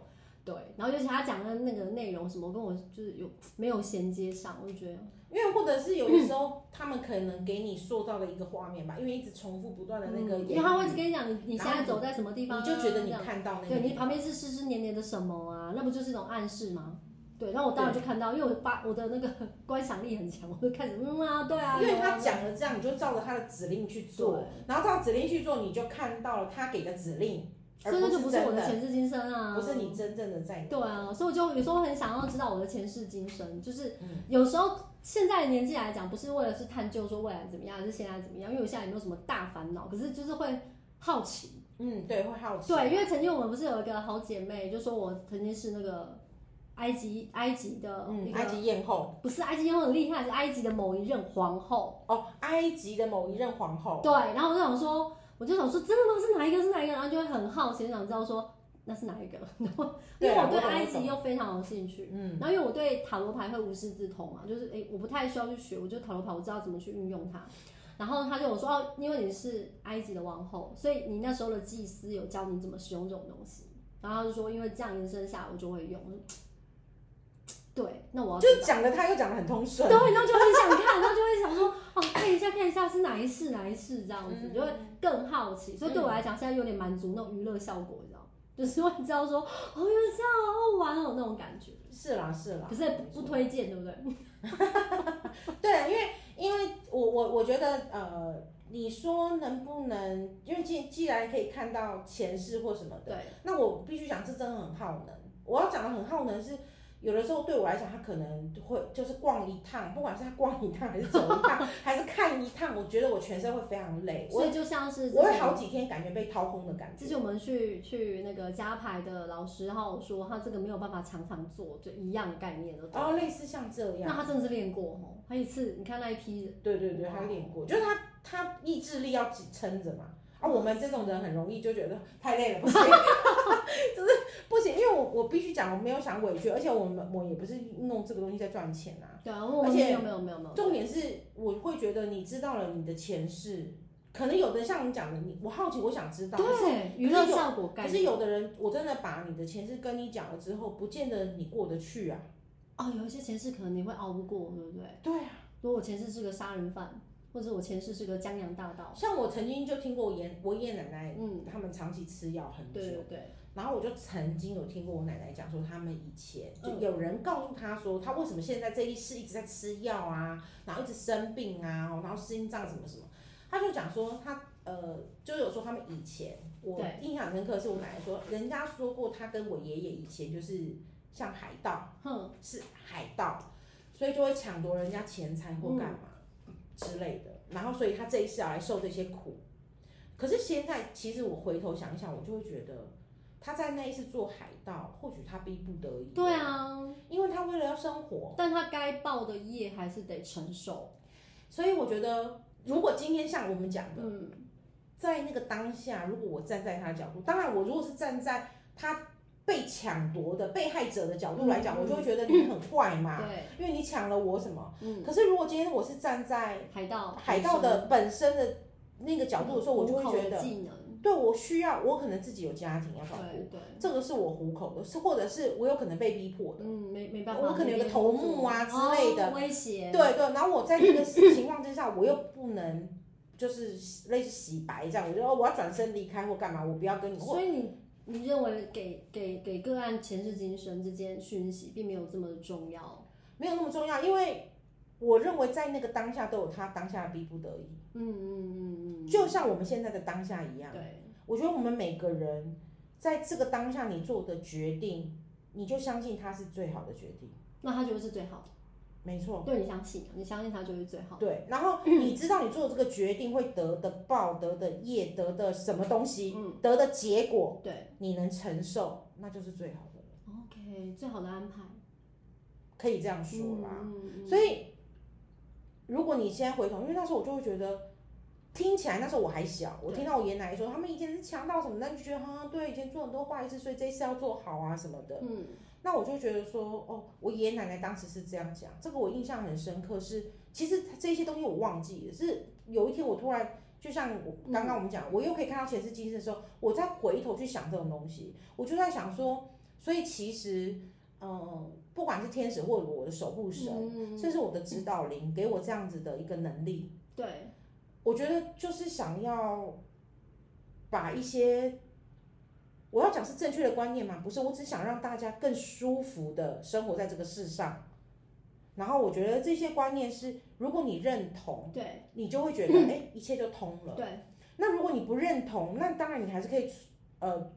S2: 对，然后尤其他讲的那个内容什么，跟我就是有没有衔接上，我就觉得
S1: 因为或者是有的时候他们可能给你塑造的一个画面吧，因为一直重复不断的那个
S2: 嗯
S1: 演
S2: 因
S1: 绎，
S2: 为他会一直跟你讲你你现
S1: 然后
S2: 在
S1: 你
S2: 走在什么地方啊、
S1: 你就觉得
S2: 这
S1: 你
S2: 样
S1: 看到那个
S2: 对
S1: 地
S2: 你
S1: 方，
S2: 旁边是湿湿黏黏的什么啊？那不就是一种暗示吗？对，然后我当然就看到，因为我把我的那个 观想力很强，我就开始嗯啊，对啊，
S1: 因为
S2: 有啊
S1: 他讲了这样，你就照着他的指令去做，，然后照指令去做，你就看到了他给的指令，
S2: 对
S1: 而
S2: 所以那就
S1: 不
S2: 不
S1: 是
S2: 是我
S1: 真
S2: 的
S1: 的，
S2: 前世今生啊，
S1: 不是你。真正的在
S2: 对啊，所以我就有时候很想要知道我的前世今生，就是
S1: 嗯
S2: 有时候现在的年纪来讲，不是为了是探究说未来怎么样，还是现在怎么样，因为我现在也没有什么大烦恼，可是就是会好奇，
S1: 嗯，对，会好奇，
S2: 对，因为曾经我们不是有一个好姐妹，就说我曾经是那个埃及埃及的一
S1: 嗯，
S2: 个、
S1: 埃及艳后
S2: 不是埃及艳后很厉害，是埃及的某一任皇后。
S1: 哦，埃及的某一任皇后，
S2: 对，然后我就想说，我就想说，真的吗？是哪一个？是哪一个？然后就会很好奇，想知道说那是哪一个。 然后因为
S1: 对啊
S2: 我对
S1: 我懂
S2: 埃
S1: 我
S2: 及
S1: 懂
S2: 又非常有兴趣，
S1: 嗯，
S2: 然后因为我对塔罗牌会无师自通嘛，就是诶、我不太需要去学，我就塔罗牌我知道怎么去运用它。然后他就有说哦，因为你是埃及的王后，所以你那时候的祭司有教你怎么使用这种东西。然后他就说，因为这样延伸下来我就会用。我就对，那我要
S1: 就
S2: 知
S1: 是
S2: 道
S1: 讲的他又讲的很通顺，
S2: 哦对，啊然后就很想看，然后就会想说，哦，看一下看一下是哪一世哪一世这样子，
S1: 嗯
S2: 就会更好奇。所以对我来讲，现在有点满足那种娱乐效果，你知道吗， 就是会知道说，哦，原来这样哦好好玩哦那种感觉。
S1: 是啦是啦，
S2: 可是不不推荐，对不对？
S1: 对，因为因为我我我觉得呃，你说能不能，因为既既然可以看到前世或什么的，
S2: 对，
S1: 那我必须讲这真的很耗能。我要讲的很耗能是，有的时候对我来讲，他可能会就是逛一趟，不管是他逛一趟还是走一趟， 还是看一趟，我觉得我全身会非常累，
S2: 所
S1: 我
S2: 以就像是之
S1: 我有
S2: 前
S1: 好几天感觉被掏空的感
S2: 之
S1: 觉。
S2: 前我们去去那个加牌的老师，他有说他这个没有办法常常做，就一样的概念都对。
S1: 哦，类似像这
S2: 那
S1: 样，
S2: 他真的是练过哦，他一次你看那一批人，
S1: 对对对，他练过，就是他他意志力要撑着嘛。啊，我们这种人很容易就觉得太累了，不行， 就是不行，因为我我必须讲，我没有想委屈，而且我们我也不是弄这个东西在赚钱啊，
S2: 对啊，我们
S1: 而且
S2: 没有没有没有没有，
S1: 重点是，我会觉得你知道了你的前世，可能有的像你讲的，你我好奇，我想知道。可是
S2: 对啊娱乐
S1: 有
S2: 效果概
S1: 可
S2: 念。
S1: 是有的人，我真的把你的前世跟你讲了之后，不见得你过得去啊。
S2: 哦，有一些前世可能你会熬不过，对不对？
S1: 对啊，
S2: 如果我前世是个杀人犯，或者我前世是个江洋大盗，
S1: 像我曾经就听过我爷我爷爷奶奶，
S2: 嗯，
S1: 他们长期吃药很久，
S2: 对对对，
S1: 然后我就曾经有听过我奶奶讲说，他们以前就
S2: 嗯
S1: 有人告诉她说，她为什么现在这一世一直在吃药啊，然后一直生病啊，然后心脏什么什么，她就讲说她呃，就有说他们以前，我
S2: 对
S1: 印象深刻是我奶奶说，人家说过她跟我爷爷以前就是像海盗，
S2: 哼，
S1: 是海盗，所以就会抢夺人家钱财或干嘛
S2: 嗯
S1: 之类的。然后，所以他这一世要来受这些苦。可是现在，其实我回头想一想，我就会觉得他在那一世做海盗，或许他逼不得已。
S2: 对，啊，
S1: 因为他为了要生活，
S2: 但他该报的业还是得承受，
S1: 所以我觉得，如果今天像我们讲的，
S2: 嗯，
S1: 在那个当下，如果我站在他的角度，当然我如果是站在他被抢夺的被害者的角度来讲，
S2: 嗯
S1: 我就会觉得你很坏嘛，
S2: 对，
S1: 因为你抢了我什么。
S2: 嗯，哦
S1: 可是如果今天我是站在
S2: 海盗，嗯
S1: 海盗的本身的那个角度的时候，我就会
S2: 虎口的
S1: 觉得，
S2: 技能，
S1: 对我需要，我可能自己有家庭要照
S2: 对
S1: 顾，
S2: 对，
S1: 这个是我糊口的，是或者是我有可能被逼迫的，
S2: 嗯，没没办法，
S1: 我可能有个头目啊之类的
S2: 哦威胁，
S1: 对对。然后我在这个情况之下，我又不能就是类似洗白这样，我就说哦我要转身离开或干嘛，我不要跟你或
S2: 所以你你认为给给给个案前世今生之间讯息并没有这么重要，
S1: 没有那么重要，因为我认为在那个当下都有他当下的逼不得已，
S2: 嗯嗯嗯嗯，
S1: 就像我们现在的当下一样。
S2: 对，
S1: 我觉得我们每个人在这个当下你做的决定，你就相信它是最好的决定，
S2: 那他就会是最好的，
S1: 没错。
S2: 对你相信，你相信他就是最好的，
S1: 对，然 后你知道你做这个决定会得的报、得的业、得的什么东西、
S2: 嗯
S1: 得的结果，
S2: 对
S1: 你能承受，那就是最好的了，
S2: ，OK，最好的安排，
S1: 可以这样说啦。
S2: 嗯，
S1: 所
S2: 以
S1: 以，如果你现在回头，因为那时候我就会觉得，听起来那时候我还小，我
S2: 对
S1: 听到我爷爷奶奶说他们以前是强盗什么的，那就觉得哈、对，以前做很多坏事，所以这一次要做好啊什么的。
S2: 嗯
S1: 那我就觉得说，哦，我爷爷奶奶当时是这样讲，这个我印象很深刻是。其实这些东西我忘记了，是有一天我突然，就像我刚刚我们讲，我又可以看到前世今生的时候，我再回头去想这种东西，我就在想说，所以其实，嗯，不管是天使或者我的守护神，
S2: 嗯，
S1: 甚至我的指导灵，给我这样子的一个能力，
S2: 对，
S1: 我觉得就是想要把一些。我要讲是正确的观念嘛？不是，我只想让大家更舒服的生活在这个世上。然后我觉得这些观念是，如果你认同，
S2: 对
S1: 你就会觉得，哎、一切就通了。
S2: 嗯对，
S1: 那如果你不认同，那当然你还是可以，呃，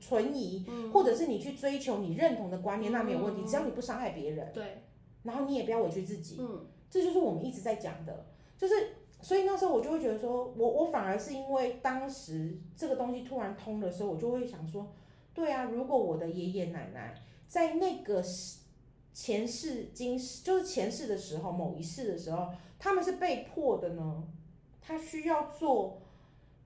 S1: 存疑，
S2: 嗯
S1: 或者是你去追求你认同的观念，那没有问题，只要你不伤害别人，
S2: 对，
S1: 然后你也不要委屈自己，
S2: 嗯
S1: 这就是我们一直在讲的，就是。所以那时候我就会觉得说，我我反而是因为当时这个东西突然通的时候，我就会想说，对啊，如果我的爷爷奶奶在那个世前世今世，就是前世的时候，某一世的时候，他们是被迫的呢，他需要做，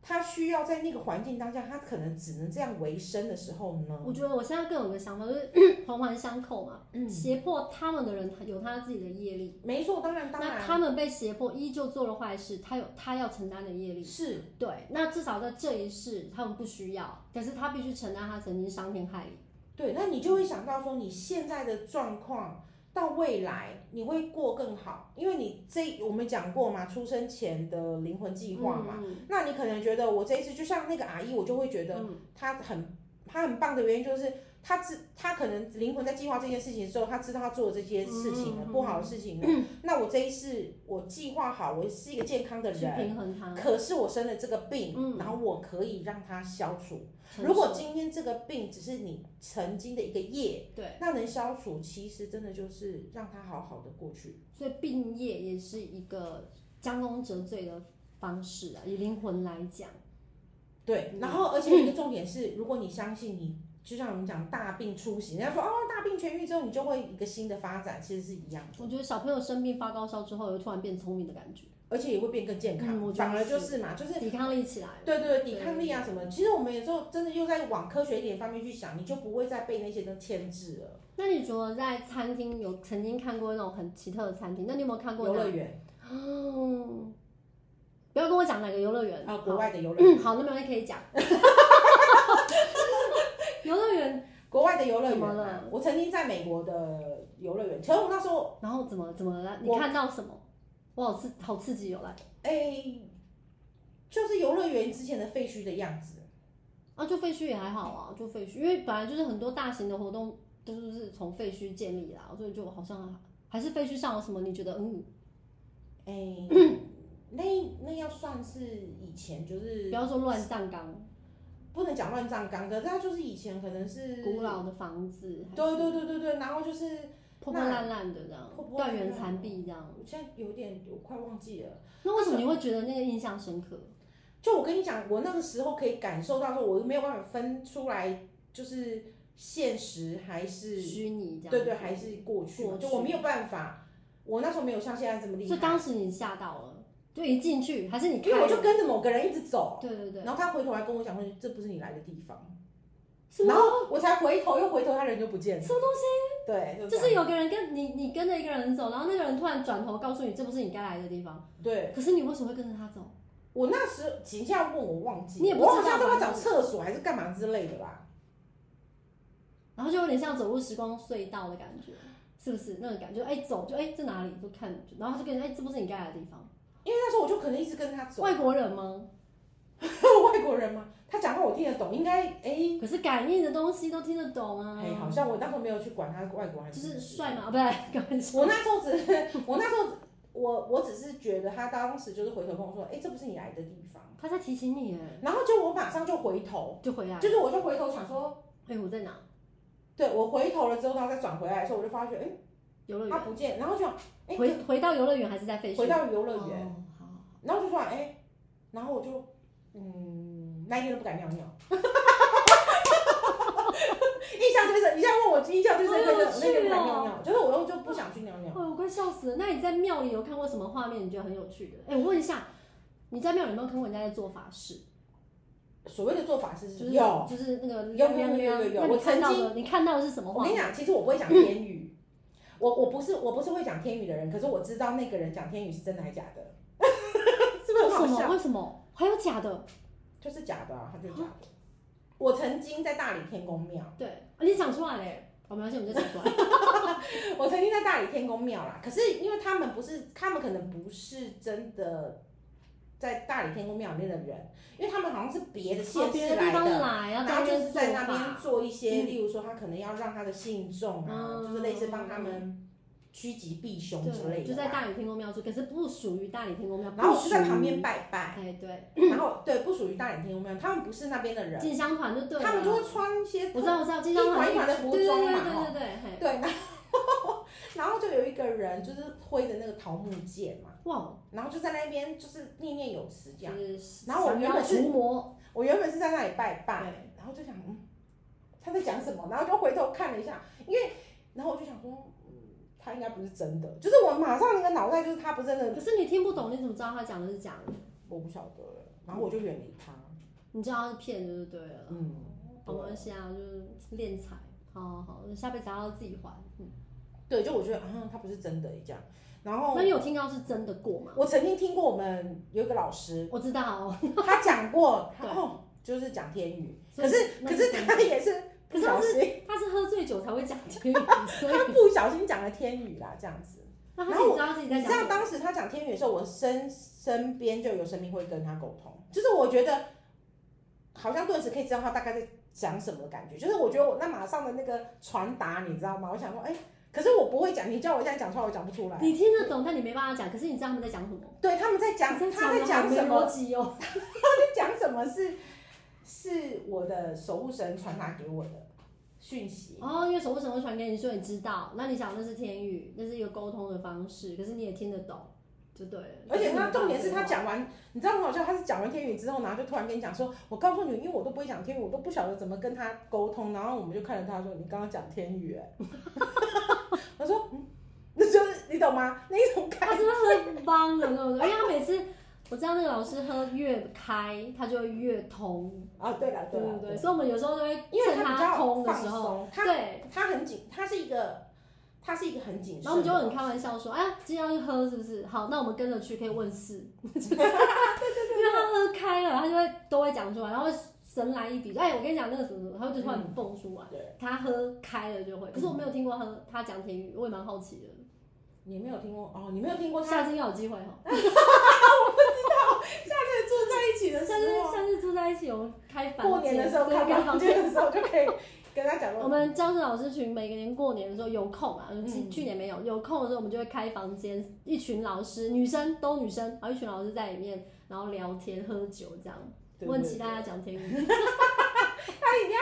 S1: 他需要在那个环境当下，他可能只能这样维生的时候呢，
S2: 我觉得我现在更有个想法，就是环环相扣嘛，胁迫他们的人他有他自己的业力。
S1: 没错，当然当
S2: 那
S1: 然
S2: 他们被胁迫，依旧做了坏事，他有他要承担的业力。
S1: 是
S2: 对，那至少在这一世，他们不需要，可是他必须承担他曾经伤天害理。
S1: 对，那你就会想到说，你现在的状况到未来你会过更好，因为你这我们讲过嘛，出生前的灵魂计划嘛，
S2: 嗯
S1: 那
S2: 嗯
S1: 你可能觉得我这一次就像那个阿姨，我就会觉得她很她很棒的原因就是他知他可能灵魂在计划这件事情的时候，他知道他做的这些事情了，
S2: 嗯
S1: 不好的事情了。那我这一世我计划好，我是一个健康的
S2: 去
S1: 人，
S2: 平衡它。
S1: 可是我生了这个病，
S2: 嗯
S1: 然后我可以让它消除。
S2: 承
S1: 如果
S2: 受
S1: 今天这个病只是你曾经的一个业，
S2: 对，
S1: 那能消除，其实真的就是让它好好的过去。
S2: 所以病业也是一个将功折罪的方式啊，以灵魂来讲，
S1: 对，
S2: 嗯
S1: 然后而且一个重点是，如果你相信你，就像我们讲大病初醒，人家说哦，大病痊愈之后你就会一个新的发展，其实是一样的，
S2: 我觉得小朋友生病发高烧之后，又突然变聪明的感觉，
S1: 而且也会变更健康，
S2: 嗯我觉得
S1: 反而就是嘛，就是。
S2: 抵抗力起来了。
S1: 对对对，抵抗力啊什么，其实我们有时候真的又在往科学一点方面去想，你就不会再被那些都牵制了。
S2: 那你除了在餐厅有曾经看过那种很奇特的餐厅，那你有没有看过
S1: 游
S2: 那
S1: 乐园
S2: 哦，不要跟我讲哪个游乐园
S1: 啊，国外的游
S2: 好
S1: 乐园，
S2: 好，那没关系，可以讲。 游乐园，
S1: 国外的游乐园
S2: 怎么
S1: 啊，我曾经在美国的游乐园，可是我那时候，
S2: 然后怎么怎么了？你
S1: 我
S2: 看到什么？哇，好刺好刺激哦！来，
S1: 哎，就是游乐园之前的废墟的样子。
S2: 啊，就废墟也还好啊，就废墟，因为本来就是很多大型的活动都是从废墟建立啦，所以就好像还是废墟上有什么你觉得嗯，
S1: 哎、那那要算是以前就是
S2: 不要说乱葬岗、
S1: 不能讲乱葬岗，可是它就是以前可能是
S2: 古老的房子，
S1: 对对对对对，然后就是
S2: 破破烂烂的这样
S1: 破，破烂
S2: 断
S1: 烂
S2: 垣残壁这样。
S1: 我现在有点我快忘记了。
S2: 那为什么你会觉得那个印象深刻？
S1: 就我跟你讲，我那个时候可以感受到说，我没有办法分出来，就是现实还是
S2: 虚拟这样，
S1: 对对，还是过去嘛，
S2: 过去
S1: 就我没有办法。我那时候没有像现在这么厉
S2: 所
S1: 害
S2: 以，当时你吓到了，就一进去还是你
S1: 因为
S2: 看，
S1: 我就跟着某个人一直走，
S2: 对对对，
S1: 然后他回头还跟我讲说：“这不是你来的地方。”
S2: 什么
S1: 然后我才回头，又回头，他人就不见了。
S2: 什么东
S1: 对，
S2: 西？
S1: 这
S2: 就
S1: 样
S2: 是有个人跟你，你跟着一个人走，然后那个人突然转头告诉你，这不是你该来的地方。
S1: 对。
S2: 可是你为什么会跟着他走？
S1: 我那时请假问我忘记了，
S2: 你也不知
S1: 我
S2: 道
S1: 好像都要找厕所还是干嘛之类的吧。
S2: 然后就有点像走入时光隧道的感觉，是不是？那个感觉，哎、走就哎、这哪里就看，然后他就跟你，哎、这不是你该来的地方。
S1: 因为那时候我就可能一直跟着他走，啊
S2: 外国人吗？
S1: 外国人嘛，他讲话我听得懂，应该哎
S2: 可是感应的东西都听得懂啊，
S1: 哎，好像我那时候没有去管他外国还
S2: 就是是帅嘛，啊不对， 开玩笑。
S1: 我那时候只 是我那时候我我只是觉得他当时就是回头跟我说，哎，这不是你来的地方，
S2: 他在提醒你，哎，
S1: 然后就我马上就回头，
S2: 就回来。
S1: 就是我就回头想说，
S2: 哎、我在哪？
S1: 对我回头了之后，然后再转回来的时候，我就发觉哎
S2: 游乐
S1: 他
S2: 园。
S1: 不见，然后就想哎
S2: 嗯回回到游乐园还是在废墟？
S1: 回到游乐园，
S2: 哦好
S1: 然后就突然哎、然后我就嗯，那一天都不敢尿尿。 印象最深，你现在问我印象最深刻就是我那天不敢尿
S2: 哦
S1: 尿，就是我就不想去尿尿。
S2: 哎，我快笑死了！那你在庙里有看过什么画面？你觉得很有趣的？哎、我问一下，你在庙里有没有看过人家在做法事？
S1: 所谓的做法是
S2: 就是
S1: 有，
S2: 就是那个
S1: 有有有有有
S2: 那你
S1: 我
S2: 看
S1: 曾
S2: 到的，你看到的是什么
S1: 我
S2: 画
S1: 跟你
S2: 面？
S1: 讲，其实我不会讲天语，我我不是我不是会讲天语的人，可是我知道那个人讲天语是真的还假的， 是不是
S2: 为
S1: 很好
S2: 什
S1: 笑
S2: 么？？为什么？还有假的？
S1: 就是假的、啊，他就是假的。我曾经在大理天宫庙。
S2: 对，啊你讲出来嘞。好，没关系，我们就讲出 来。
S1: 我曾经在大理天宫庙啦，可是因为他们不是，他们可能不是真的在大理天宫庙里面的人，因为他们好像是别的县
S2: 哦别
S1: 市
S2: 的地
S1: 来
S2: 方
S1: 的，
S2: 来，
S1: 然
S2: 然后在
S1: 后
S2: 那
S1: 就是
S2: 边
S1: 在那
S2: 做
S1: 边
S2: 法
S1: 做一些，
S2: 嗯
S1: 例如说他可能要让他的信众啊，
S2: 嗯
S1: 就是类似帮他们趋吉避凶之类
S2: 对，
S1: 的，
S2: 就在。大理天宫庙做，可是不属于大理天宫庙，
S1: 然后我
S2: 不
S1: 就在
S2: 属于
S1: 旁边。拜拜，
S2: 哎，对，
S1: 然后对不属于大理天宫庙，他们不是那边的人，
S2: 进香团就对了。啊
S1: 他们就会穿一些
S2: 我知道，我知道，进
S1: 一
S2: 香团
S1: 团一团的服
S2: 对对
S1: 装
S2: 对
S1: 嘛，
S2: 对
S1: 哈
S2: 对对，嘿
S1: 对，然后然后就有一个人就是挥着那个桃木剑嘛，
S2: 哇，
S1: 然后就在那边就是念念有词这样。
S2: 就是
S1: 然后我
S2: 想
S1: 原
S2: 要
S1: 本是
S2: 除魔，
S1: 我原本是在那里拜拜，
S2: 对，
S1: 然后就想嗯他在讲什么，然后就回头看了一下，因为然后我就想说嗯他应该不是真的，就是我马上那个脑袋就是他不是真的，
S2: 可是你听不懂，你怎么知道他讲的是假的？
S1: 我不晓得了，然后我就远离他，
S2: 你知道他是骗的就对了。
S1: 嗯。
S2: 好，没关系啊，就是敛财，好好好，下辈子还要自己还。嗯，
S1: 对，就我觉得啊，他不是真的这样。然后
S2: 那你有听到是真的过吗？
S1: 我曾经听过我们有一个老师，
S2: 我知道哦，
S1: 他讲过，
S2: 对
S1: 哦，就是讲天语，
S2: 所以
S1: 可是
S2: 那
S1: 可
S2: 是
S1: 是
S2: 真
S1: 他也是不
S2: 可是他
S1: 小
S2: 是
S1: 心，
S2: 他是喝醉酒才会讲天语，所以
S1: 他不小心讲了天语啦，这样子。
S2: 那他
S1: 然
S2: 自
S1: 后
S2: 己
S1: 我
S2: 知道他自己在
S1: 你知
S2: 讲
S1: 道
S2: 什么。
S1: 当时他讲天语的时候，我身身边就有神明会跟他沟通，就是我觉得好像顿时可以知道他大概在讲什么的感觉，就是我觉得我那马上的那个传达，你知道吗？我想说，哎、可是我不会讲，你叫我这样讲出来，我讲不出来。
S2: 你听得懂，但你没办法讲。可是你知道他们在讲什么？
S1: 对，他们在讲，
S2: 你
S1: 他在
S2: 的好
S1: 讲
S2: 没
S1: 什么
S2: 逻？辑哦。
S1: 他在讲什么是是我的守护神传达给我的讯息。
S2: 哦，因为守护神会传给你，所以你知道。那你想那是天语，那是一个沟通的方式，可是你也听得懂，就对了。
S1: 而且他重点是他
S2: 可你没办法
S1: 讲完，你知道很好笑，他是讲完天语之后，然后就突然跟你讲说，我告诉你，因为我都不会讲天语，我都不晓得怎么跟他沟通，然后我们就看着他说，你刚刚讲天语、欸， 他说，嗯，那就是你懂吗？那一种感
S2: 他是不是喝帮了，对不对？因为他每次我知道那个老师喝越开，他就会越通，
S1: 啊，对了
S2: 对
S1: 了
S2: 不对？
S1: 对啦，
S2: 所以我们有时候都会
S1: 因为
S2: 趁
S1: 他比
S2: 他
S1: 较
S2: 通的
S1: 放
S2: 时候，
S1: 松，他
S2: 对，
S1: 他很紧，他是一个，他是一个很谨
S2: 然
S1: 慎，
S2: 后我们就很开玩笑说，哎，今天要去喝是不是？好，那我们跟着去可以 问事， 因为他喝开了，他就会都会讲出来，然后会神来一笔，哎，我跟你讲那个什么什么，他会就突然蹦出来。
S1: 嗯对，
S2: 他喝开了就会，可是我没有听过喝他讲甜语，我也蛮好奇的。
S1: 你没有听过哦，你没有听过
S2: 下
S1: 他
S2: 次应该有机会哦，
S1: 坐在一起的时
S2: 下次
S1: 候，
S2: 下次住在一起，我们开房间，
S1: 啊过年的时候
S2: 对
S1: 看
S2: 开
S1: 房
S2: 房
S1: 间
S2: 间。
S1: 的时候就可以跟他讲说，
S2: 我们教室老师群每个年过年的时候有空啊，
S1: 嗯
S2: 去去年没有，有空的时候我们就会开房间，一群老师，女生都女生，然后一群老师在里面，然后聊天喝酒这样。
S1: 对
S2: 我很
S1: 对
S2: 期待
S1: 对
S2: 他讲甜语，
S1: 他应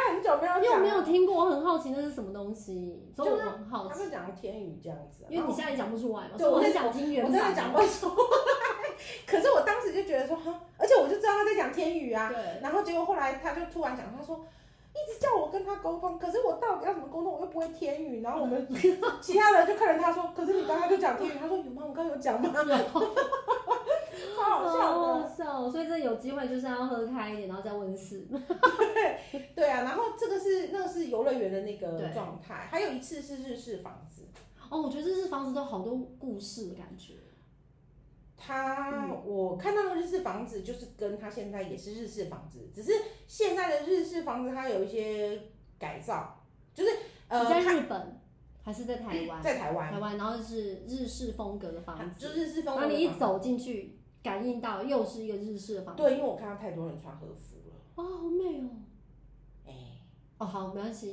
S1: 该很久没有讲，
S2: 因为我没有听过，我很好奇那是什么东西，所以我
S1: 就是
S2: 很好
S1: 他
S2: 奇。
S1: 们讲天语这样子、啊，
S2: 哦因为你
S1: 然后
S2: 现在讲不出来嘛，
S1: 对
S2: 所以我
S1: 我在
S2: 很想听原
S1: 我
S2: 版。
S1: 真的讲不出来，可是我当时就觉得说，哈，而且我就知道他在讲天语啊，
S2: 对，
S1: 然后结果后来他就突然讲，他说。一直叫我跟他沟通，可是我到底要怎么沟通？我又不会天语。然后我们 其他人就看着他说：“可是你刚刚就讲天语。”他说：“有吗？我刚刚有讲吗？” 超好笑的。
S2: 好笑，所以这有机会就是要喝开一点，然后再问事。
S1: 对啊，然后这个是那个是游乐园的那个
S2: 对
S1: 状态，还有一次是日式房子，
S2: 哦，我觉得这是房子都好多故事的感觉。
S1: 他、
S2: 嗯
S1: 我看到的日式房子就是跟他现在也是日式房子，只是现在的日式房子它有一些改造，就是呃
S2: 你在日本还是在台湾？
S1: 在台湾，
S2: 台湾，然后是日式风格的房子，
S1: 就日式
S2: 然
S1: 风格
S2: 后
S1: 的
S2: 你一
S1: 房
S2: 走进去，感应到又是一个日式的房子。
S1: 对，因为我看到太多人穿和服了，
S2: 哦，好美哦。
S1: 哎、
S2: 哦，好，没 关系，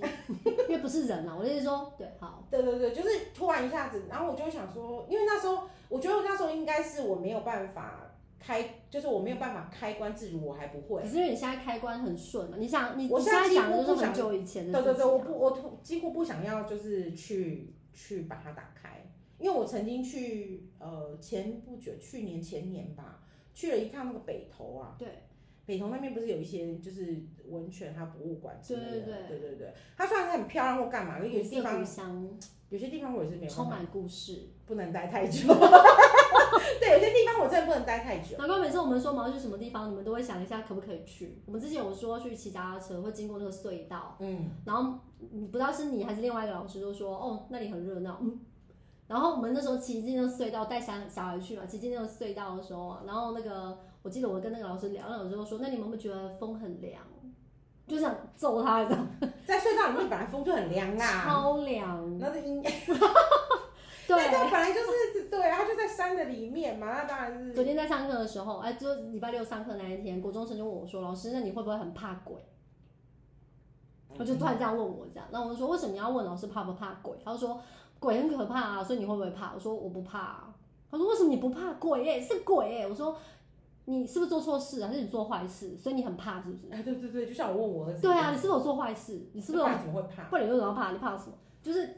S2: 因为不是人啊，我的意思说，对，好，
S1: 对对对，就是突然一下子，然后我就会想说，因为那时候我觉得那时候应该是我没有办法开，就是我没有办法开关自如，我还不会
S2: 可。是因为你现在开关很顺嘛，你想你
S1: 我
S2: 你
S1: 现
S2: 现
S1: 在
S2: 在
S1: 几
S2: 讲
S1: 乎
S2: 的就
S1: 不
S2: 是
S1: 想
S2: 很久以前的
S1: 对对
S2: 事
S1: 对，
S2: 情
S1: 我
S2: 啊。
S1: 不，我突几乎不想要就是去去把它打开，因为我曾经去呃前不久，去年前年吧，去了一趟那个北投啊，
S2: 对，
S1: 北投那边不是有一些就是温泉还有博物馆之类的，
S2: 对对
S1: 对对它虽然很漂亮或干嘛，可是有
S2: 古
S1: 些地
S2: 色
S1: 方
S2: 古香，
S1: 有些地方我也是没有办
S2: 充
S1: 法，
S2: 满故事。
S1: 不能待太久。 对，有些地方我真的不能待太久。
S2: 难怪每次我们说我们要去什么地方，你们都会想一下可不可以去。我们之前有说去骑脚踏车会经过那个隧道，
S1: 嗯，
S2: 然后你不知道是你还是另外一个老师都说，哦，那里很热闹，嗯。然后我们那时候骑进那个隧道，带小小孩去嘛，骑进那个隧道的时候啊，然后那个我记得我跟那个老师聊，那老师就说，那你们有没有觉得风很凉？就想揍他，你知道吗？
S1: 在隧道里面本来风就很凉啦，
S2: 超凉，
S1: 那是应
S2: 对。
S1: 那它本来就是对，它就在山的里面嘛，那当然是
S2: 昨天在上课的时候，哎，就礼拜六上课那一天，国中生就问我说：“老师，那你会不会很怕鬼？”他
S1: 哦
S2: 就突然这样问我这样，那我就说：“为什么你要问老师怕不怕鬼？”他就说：“鬼很可怕啊，所以你会不会怕？”我说：“我不怕、啊。”他说：“为什么你不怕鬼、欸？是鬼耶、我说：“你是不是做错事啊？还是你做坏事？所以你很怕是不是
S1: 哎，对对对，就像我问我儿？”子，
S2: 对啊，你，是不是有做坏事？你是不是有
S1: 不然怎么会怕？
S2: 不然你为什么要怕？你怕什么？就是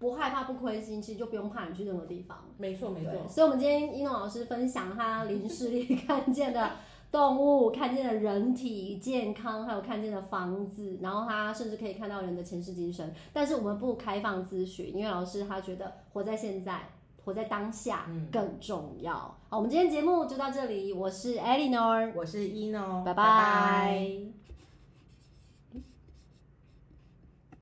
S2: 不害怕不亏心，其实就不用怕你去任何地方。
S1: 没错没
S2: 对，
S1: 错，
S2: 所以我们今天一诺老师分享他零视力看见的动物、看见的人体健康，还有看见的房子，然后他甚至可以看到人的前世今生。但是我们不开放咨询，因为老师他觉得活在现在。活在当下
S1: 嗯
S2: 更重要。好，我们今天节目就到这里。我是 Eleanor，
S1: 我是一诺，
S2: 拜拜